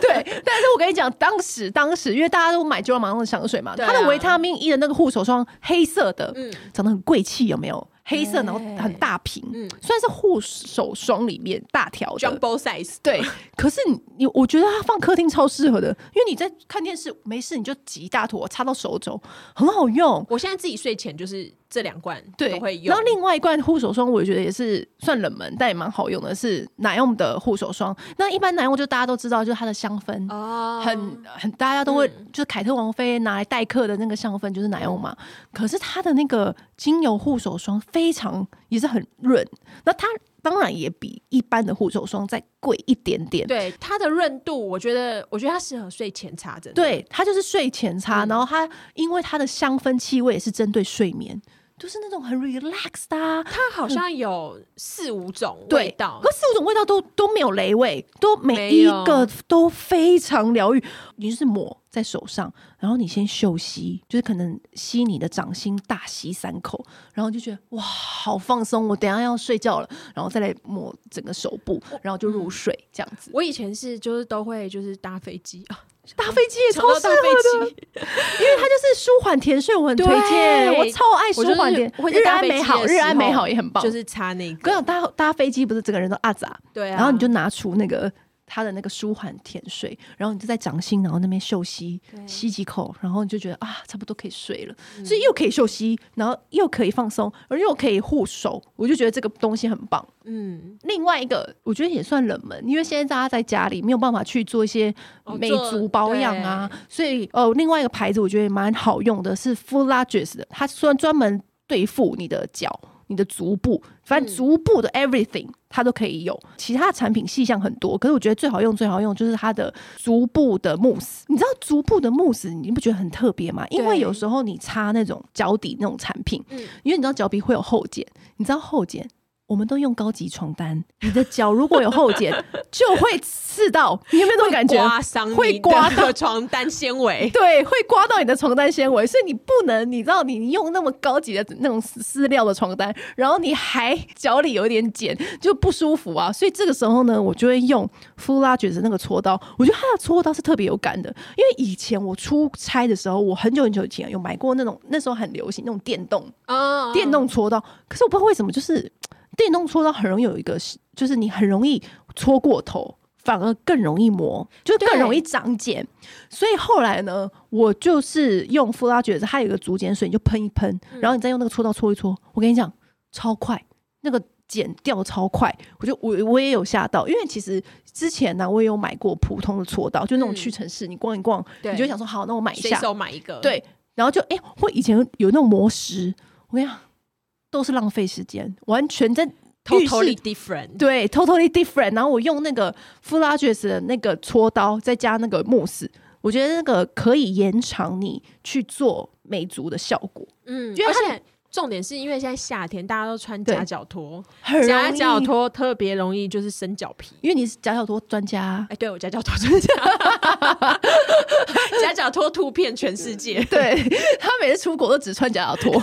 Speaker 1: 对，但是我跟你讲，当时当时因为大家都买九马龙的香水嘛，
Speaker 2: 对
Speaker 1: 它的
Speaker 2: 啊
Speaker 1: 维他命 E 的那个护手霜黑色的，
Speaker 2: 嗯
Speaker 1: 长得很贵气，有没有？黑色，然后
Speaker 2: 对
Speaker 1: 很大瓶，
Speaker 2: 嗯
Speaker 1: 算是护手霜里面大条的。
Speaker 2: ，Jumbo size，
Speaker 1: 对，可是你你，我觉得它放客厅超适合的，因为你在看电视没事，你就挤一大坨擦到手肘，很好用。
Speaker 2: 我现在自己睡前就是这两罐
Speaker 1: 对
Speaker 2: 都会，
Speaker 1: 然
Speaker 2: 用。
Speaker 1: 后另外一罐护手霜，我觉得也是算冷门，但也蛮好用的，是奶用的护手霜。那一般奶用就大家都知道，就是它的香氛，
Speaker 2: 哦，嗯
Speaker 1: 很很大家都会，就是凯特王妃拿来待客的那个香氛就是奶油嘛。可是它的那个精油护手霜非常也是很润，那它当然也比一般的护手霜再贵一点点。
Speaker 2: 对它的润度，我觉得我觉得它适合睡前擦着。
Speaker 1: 对，它就是睡前擦，
Speaker 2: 嗯
Speaker 1: 然后它因为它的香氛气味也是针对睡眠，就是那种很 relax 的、啊。
Speaker 2: 它好像有四五种
Speaker 1: 对
Speaker 2: 味道
Speaker 1: 可，四五种味道都都没有雷味，都每
Speaker 2: 没
Speaker 1: 一
Speaker 2: 有
Speaker 1: 个都非常疗愈。你就是抹在手上，然后你先嗅吸，就是可能吸你的掌心，大吸三口，然后就觉得哇，好放松，我等一下要睡觉了，然后再来抹整个手部，
Speaker 2: 哦
Speaker 1: 然后就入睡这样子。
Speaker 2: 我以前是就是都会就是搭飞机啊，
Speaker 1: 搭飞机也
Speaker 2: 想
Speaker 1: 欸超
Speaker 2: 到
Speaker 1: 适
Speaker 2: 搭
Speaker 1: 合的，
Speaker 2: 飞机，
Speaker 1: 因为它就是舒缓甜睡，我很推荐，
Speaker 2: 对
Speaker 1: 我超爱舒缓甜
Speaker 2: 我。就是会
Speaker 1: 日
Speaker 2: 在搭
Speaker 1: 安
Speaker 2: 飞机
Speaker 1: 美
Speaker 2: 的
Speaker 1: 好，日
Speaker 2: 时
Speaker 1: 安美
Speaker 2: 候
Speaker 1: 好也很棒。
Speaker 2: 就
Speaker 1: 就是
Speaker 2: 是擦那
Speaker 1: 跟
Speaker 2: 个
Speaker 1: 你讲，，搭搭飞机不是整个人都啊咋，
Speaker 2: 对啊，
Speaker 1: 然后你就拿出那个它的那个舒缓甜水，然后你就在掌心，然后那边嗅吸，
Speaker 2: 对
Speaker 1: 吸几口，然后你就觉得啊，差不多可以睡了，
Speaker 2: 嗯
Speaker 1: 所以又可以嗅吸，然后又可以放松，而又可以护手，我就觉得这个东西很棒。
Speaker 2: 嗯，
Speaker 1: 另外一个，我觉得也算冷门，因为现在大家在家里没有办法去做一些
Speaker 2: 哦
Speaker 1: 美
Speaker 2: 做
Speaker 1: 足保养啊，所以呃，另外一个牌子我觉得也蛮好用的是 Full Larges 的，它虽然专门对付你的脚。你的足部，反正
Speaker 2: 嗯
Speaker 1: 足部的 everything 它都可以有。其他的产品细项很多，可是我觉得最好用、最好用就是它的足部的慕斯。你知道足部的慕斯，你不觉得很特别吗？因为
Speaker 2: 对
Speaker 1: 有时候你擦那种脚底那种产品，
Speaker 2: 嗯
Speaker 1: 因为你知道脚底会有后茧，你知道后茧我们都用高级床单，你的脚如果有后茧，就会刺到，你有没有这种感觉？
Speaker 2: 刮伤你
Speaker 1: 会刮
Speaker 2: 的床单纤维，
Speaker 1: 对，会刮到你的床单纤维，所以你不能，你知道你用那么高级的那种丝丝料的床单，然后你还脚里有一点茧，就不舒服啊。所以这个时候呢，我就会用夫拉爵士那个搓刀，我觉得它的搓刀是特别有感的，因为以前我出差的时候，我很久很久以前有买过那种，那时候很流行那种电动
Speaker 2: 啊，
Speaker 1: 电动搓刀，可是我不知道为什么，就是电动搓刀很容易有一个，就是你很容易搓过头，反而更容易磨，就更
Speaker 2: 对
Speaker 1: 容易长茧。所以后来呢，我就是用敷拉觉得它有一个竹碱水，你就喷一喷，
Speaker 2: 嗯
Speaker 1: 然后你再用那个搓刀搓一搓。我跟你讲，超快，那个剪掉超快。我就我我也有吓到，因为其实之前呢、我也有买过普通的搓刀，就那种
Speaker 2: 嗯
Speaker 1: 屈臣氏，你逛一逛，
Speaker 2: 对
Speaker 1: 你就想说好，那我买一
Speaker 2: 随
Speaker 1: 下。
Speaker 2: 手买一个，
Speaker 1: 对，然后就哎、我以前有那种磨石，我跟你讲，都是浪费时间，完全在浴室
Speaker 2: ，totally different，
Speaker 1: 对 totally different。然后我用那个 f u l a g e s 的那个搓刀，再加那个慕斯，我觉得那个可以延长你去做美足的效果，
Speaker 2: 嗯，
Speaker 1: 因为
Speaker 2: 而
Speaker 1: 它
Speaker 2: 且重点是因为现在夏天大家都穿
Speaker 1: 对
Speaker 2: 夹脚拖，
Speaker 1: 很
Speaker 2: 夹
Speaker 1: 容易。
Speaker 2: 脚拖特别容易就是生脚皮。
Speaker 1: 因为你是夹脚拖专家啊、
Speaker 2: 哎、对我夹脚拖就是这样， <laughs> 夹脚拖图片全世界。
Speaker 1: 对他每次出国都只穿夹脚 <laughs> 拖，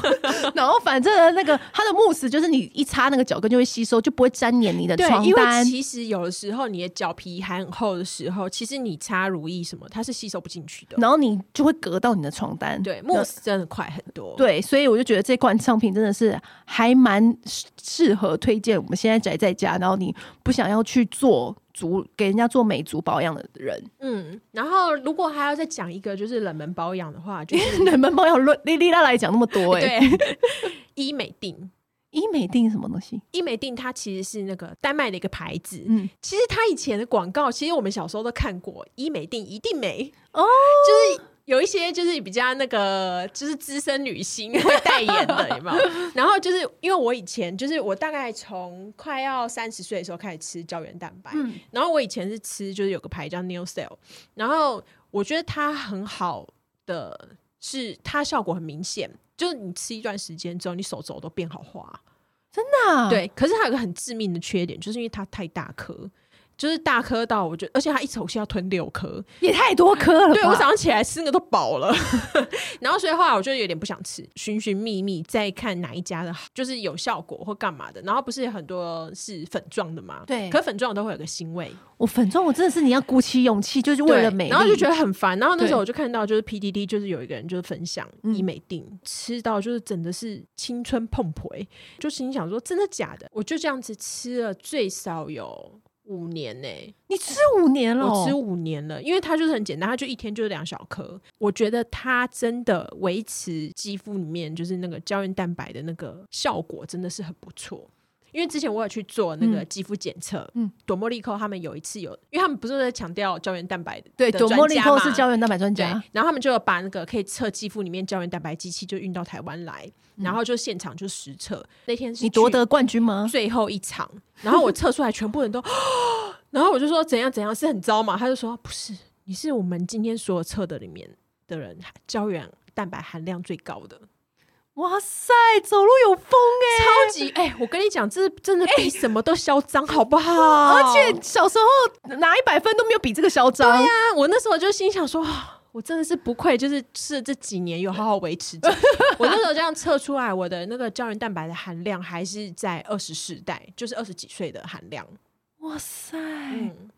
Speaker 1: 然后反正呢那个它的慕斯就是你一擦那个脚跟就会吸收，就不会粘黏你的
Speaker 2: 对
Speaker 1: 床，
Speaker 2: 因为
Speaker 1: 单。
Speaker 2: 其实有的时候你的脚皮还很厚的时候，其实你擦乳液什么，它是吸收不进去的。
Speaker 1: 然后你就会隔到你的床单，
Speaker 2: 对，慕斯真的快很多。，
Speaker 1: 对，所以我就觉得这款商品真的是还蛮适适合推荐。我们现在宅在家，然后你不想要去做足给人家做美足保养的人， <laughs>
Speaker 2: 嗯，然后如果还要再讲一个就是冷门保养的话，就是
Speaker 1: 冷门保养论哩哩啦啦也讲那么多哎、
Speaker 2: 对
Speaker 1: <laughs>
Speaker 2: <laughs> 医美定。
Speaker 1: 医美定什么东西？
Speaker 2: 医美定它其实是那个丹麦的一个牌子，
Speaker 1: 嗯，
Speaker 2: 其实它以前的广告，其实我们小时候都看过，医美定一定美
Speaker 1: 哦，
Speaker 2: 就是有一些就是比较那个就是资深女星会代言的，有
Speaker 1: <laughs>
Speaker 2: 没有？然后就是因为我以前就是我大概从快要三十岁的时候开始吃胶原蛋白，
Speaker 1: 嗯
Speaker 2: 然后我以前是吃就是有个牌叫 New Cell，然后我觉得它很好的是它效果很明显，就是你吃一段时间之后，你手肘都变好滑。
Speaker 1: 那，
Speaker 2: 对，可是它有一个很致命的缺点，就是因为它太大颗，就是大颗到我觉得，而且它一口气要吞六颗，
Speaker 1: 也太多颗了吧？
Speaker 2: 对我早上起来吃那个都饱了， <laughs> 然后所以后来我就有点不想吃，寻寻觅觅再看哪一家的好，就是有效果或干嘛的，然后不是很多是粉状的嘛，
Speaker 1: 对
Speaker 2: 可粉状都会有个腥味，
Speaker 1: 我粉妆，我真的是你要鼓起勇气，就是为
Speaker 2: 对
Speaker 1: 了美丽，
Speaker 2: 然后就觉得很烦。然后那时
Speaker 1: 对
Speaker 2: 候我就看到，就是 P D D，就是有一个人就是分享
Speaker 1: 嗯
Speaker 2: 医美定、吃到就是真的是青春碰培，就心想说真的假的？我就这样子吃了最少有。五年呢、
Speaker 1: 你吃五年了哦，
Speaker 2: 我吃五年了，因为它就是很简单，它就一天就是两小颗。我觉得它真的维持肌肤里面就是那个胶原蛋白的那个效果真的是很不错。因为之前我有去做那个
Speaker 1: 嗯
Speaker 2: 肌肤检测，
Speaker 1: 嗯
Speaker 2: 嗯，朵茉莉蔻他们有一次有，因为他们不是在强调胶原蛋白的
Speaker 1: 对，
Speaker 2: 的
Speaker 1: 朵茉莉
Speaker 2: 专家
Speaker 1: 蔻
Speaker 2: 嘛
Speaker 1: 是胶原蛋白专
Speaker 2: 对
Speaker 1: 家，，
Speaker 2: 然后他们就有把那个可以测肌肤里面胶原蛋白机器就运到台湾来，然后就现场就实测。那天是
Speaker 1: 你夺
Speaker 2: 去
Speaker 1: 得冠军吗？
Speaker 2: 最后一场，然后我测出来，全部人都， <gasps> 然后我就说怎样怎样是很糟嘛，他就说不是，你是我们今天所有测的里面的人胶原蛋白含量最高的，
Speaker 1: 哇塞，走路有风哎、
Speaker 2: 超级哎、我跟你讲，这真的比什么都嚣张，好不好？
Speaker 1: 而且小时候拿一百分都没有比这个嚣张，
Speaker 2: 对啊呀、我那时候就心想说， <sighs> 啊我真的是不愧，就是是这几年有好好维持着。 <laughs> 我那时候这样测出来，我的那个胶原蛋白的含量还是在二十世代，就是二十几岁的含量。
Speaker 1: 哇塞，
Speaker 2: 嗯，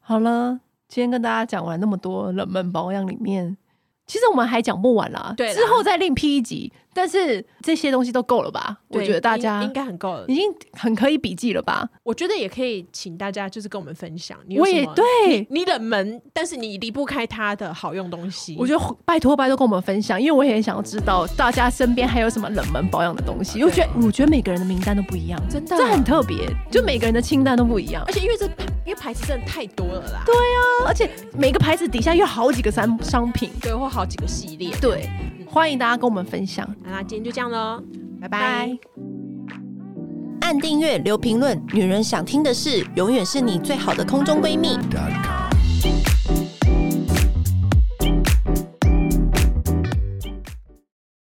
Speaker 1: 好了，今天跟大家讲完那么多冷门保养里面，其实我们还讲不完啦，
Speaker 2: 对啦
Speaker 1: 之后再另辟一集，但是这些东西都够了吧？我
Speaker 2: 对
Speaker 1: 觉得大
Speaker 2: 应
Speaker 1: 家
Speaker 2: 应该很够了
Speaker 1: 已。经很可以笔记了吧？
Speaker 2: 我觉得也可以请大家就是跟我们分享，你有
Speaker 1: 我也
Speaker 2: 什么
Speaker 1: 对。
Speaker 2: 你冷门，但是你离不开它的好用东西。
Speaker 1: 我觉得拜托拜托跟我们分享，因为我也想要知道大家身边还有什么冷门保养的东西。我觉得我觉得每个人的名单都不一样，
Speaker 2: 真的
Speaker 1: 这很特别，就每个人的清单都不一样。
Speaker 2: 而且因为这因为牌子真的太多了啦，
Speaker 1: 对啊，而且每个牌子底下有好几个商商品。
Speaker 2: 对，或好几个系列。
Speaker 1: 对，
Speaker 2: 嗯
Speaker 1: 欢迎大家跟我们分享。
Speaker 2: 好啦，今天就这样喽，拜拜
Speaker 1: 拜。
Speaker 3: 按订阅，留评论，女人想听的事，永远是你最好的空中闺蜜。